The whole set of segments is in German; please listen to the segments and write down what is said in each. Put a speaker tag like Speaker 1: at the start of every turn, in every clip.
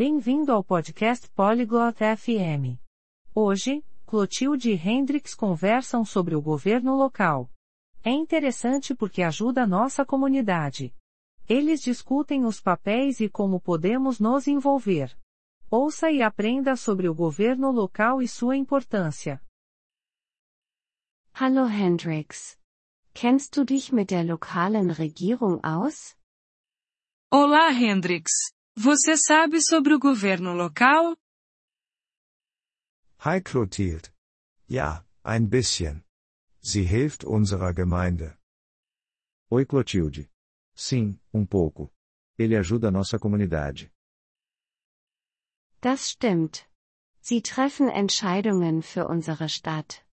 Speaker 1: Bem-vindo ao podcast Polyglot FM. Hoje, Clotilde e Hendrix conversam sobre o governo local. É interessante porque ajuda a nossa comunidade. Eles discutem os papéis e como podemos nos envolver. Ouça e aprenda sobre o governo local e sua importância.
Speaker 2: Hallo Hendrix. Kennst du dich mit der lokalen Regierung aus?
Speaker 3: Olá, Hendrix. Você sabe sobre o governo local?
Speaker 4: Hi Clotilde. Ja, ein bisschen. Sie hilft unserer Gemeinde.
Speaker 5: Oi, Clotilde. Sim, um pouco. Ele ajuda a nossa comunidade.
Speaker 2: Das stimmt. Sie treffen Entscheidungen für unsere Stadt.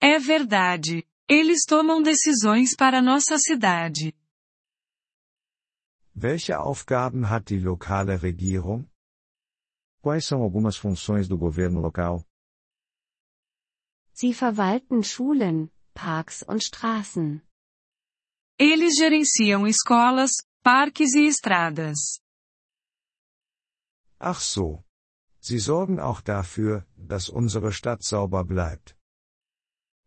Speaker 3: É verdade. Eles tomam decisões para nossa cidade.
Speaker 4: Welche Aufgaben hat die lokale Regierung?
Speaker 5: Quais são algumas funções do governo local?
Speaker 2: Sie verwalten Schulen, Parks und Straßen.
Speaker 3: Eles gerenciam escolas, parques e estradas.
Speaker 4: Ach so. Sie sorgen auch dafür, dass unsere Stadt sauber bleibt.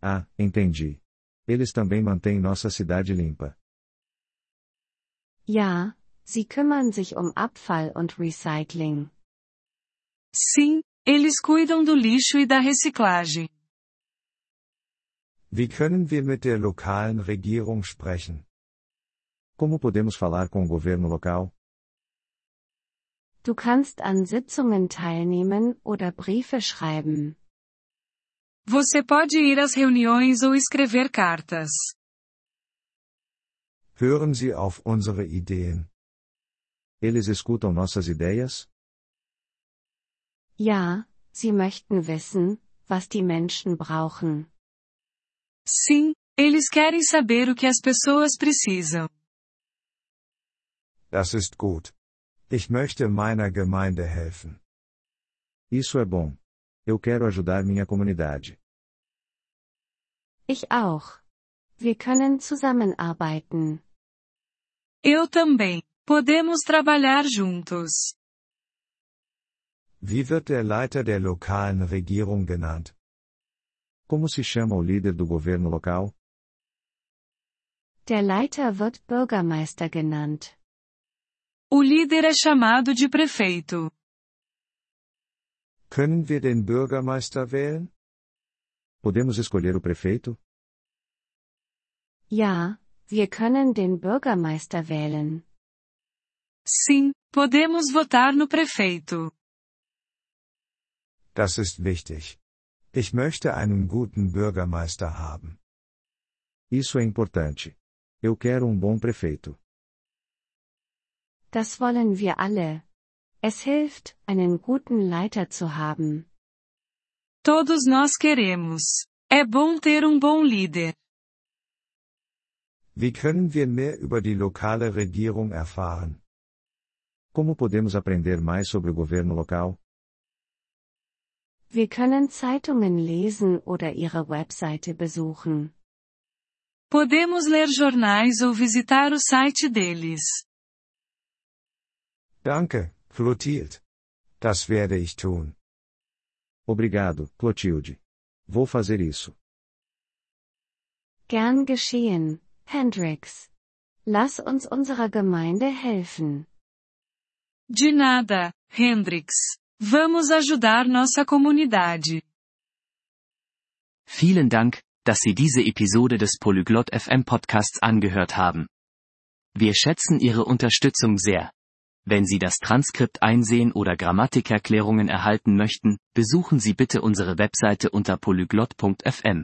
Speaker 5: Ah, entendi. Eles também mantêm nossa cidade limpa.
Speaker 2: Ja, sie kümmern sich um Abfall und Recycling.
Speaker 3: Sim, eles cuidam do lixo e da reciclagem.
Speaker 4: Wie können wir mit der lokalen Regierung sprechen?
Speaker 5: Como podemos falar com o governo local?
Speaker 2: Du kannst an Sitzungen teilnehmen oder Briefe schreiben.
Speaker 3: Você pode ir às reuniões ou escrever cartas.
Speaker 4: Hören Sie auf unsere Ideen.
Speaker 5: Eles escutam nossas ideias?
Speaker 2: Ja, sie möchten wissen, was die Menschen brauchen.
Speaker 3: Sim, eles querem saber o que as pessoas precisam.
Speaker 4: Das ist gut. Ich möchte meiner Gemeinde helfen.
Speaker 5: Isso é bom. Eu quero ajudar minha comunidade.
Speaker 2: Ich auch. Wir können zusammenarbeiten.
Speaker 3: Eu também. Podemos trabalhar juntos.
Speaker 4: Wie wird der Leiter der lokalen Regierung genannt?
Speaker 5: Como se chama o líder do governo local?
Speaker 2: Der Leiter wird Bürgermeister genannt.
Speaker 3: O líder é chamado de prefeito.
Speaker 4: Können wir den Bürgermeister wählen?
Speaker 5: Podemos escolher o prefeito?
Speaker 2: Ja, wir können den Bürgermeister wählen.
Speaker 3: Sim, podemos votar no prefeito.
Speaker 4: Das ist wichtig. Ich möchte einen guten Bürgermeister haben.
Speaker 5: Isso é importante. Eu quero um bom prefeito.
Speaker 2: Das wollen wir alle. Es hilft, einen guten Leiter zu haben.
Speaker 3: Todos nós queremos. É bom ter um bom líder.
Speaker 4: Wie können wir mehr über die lokale Regierung erfahren?
Speaker 5: Como podemos aprender mais sobre o governo local?
Speaker 2: Wir können Zeitungen lesen oder ihre Webseite besuchen.
Speaker 3: Podemos ler jornais ou visitar o site deles.
Speaker 4: Danke, Clotilde. Das werde ich tun.
Speaker 5: Obrigado, Clotilde. Vou fazer isso.
Speaker 2: Gern geschehen, Hendrix. Lass uns unserer Gemeinde helfen.
Speaker 3: De nada, Hendrix. Vamos ajudar nossa comunidade.
Speaker 6: Vielen Dank, dass Sie diese Episode des Polyglot FM Podcasts angehört haben. Wir schätzen Ihre Unterstützung sehr. Wenn Sie das Transkript einsehen oder Grammatikerklärungen erhalten möchten, besuchen Sie bitte unsere Webseite unter polyglot.fm.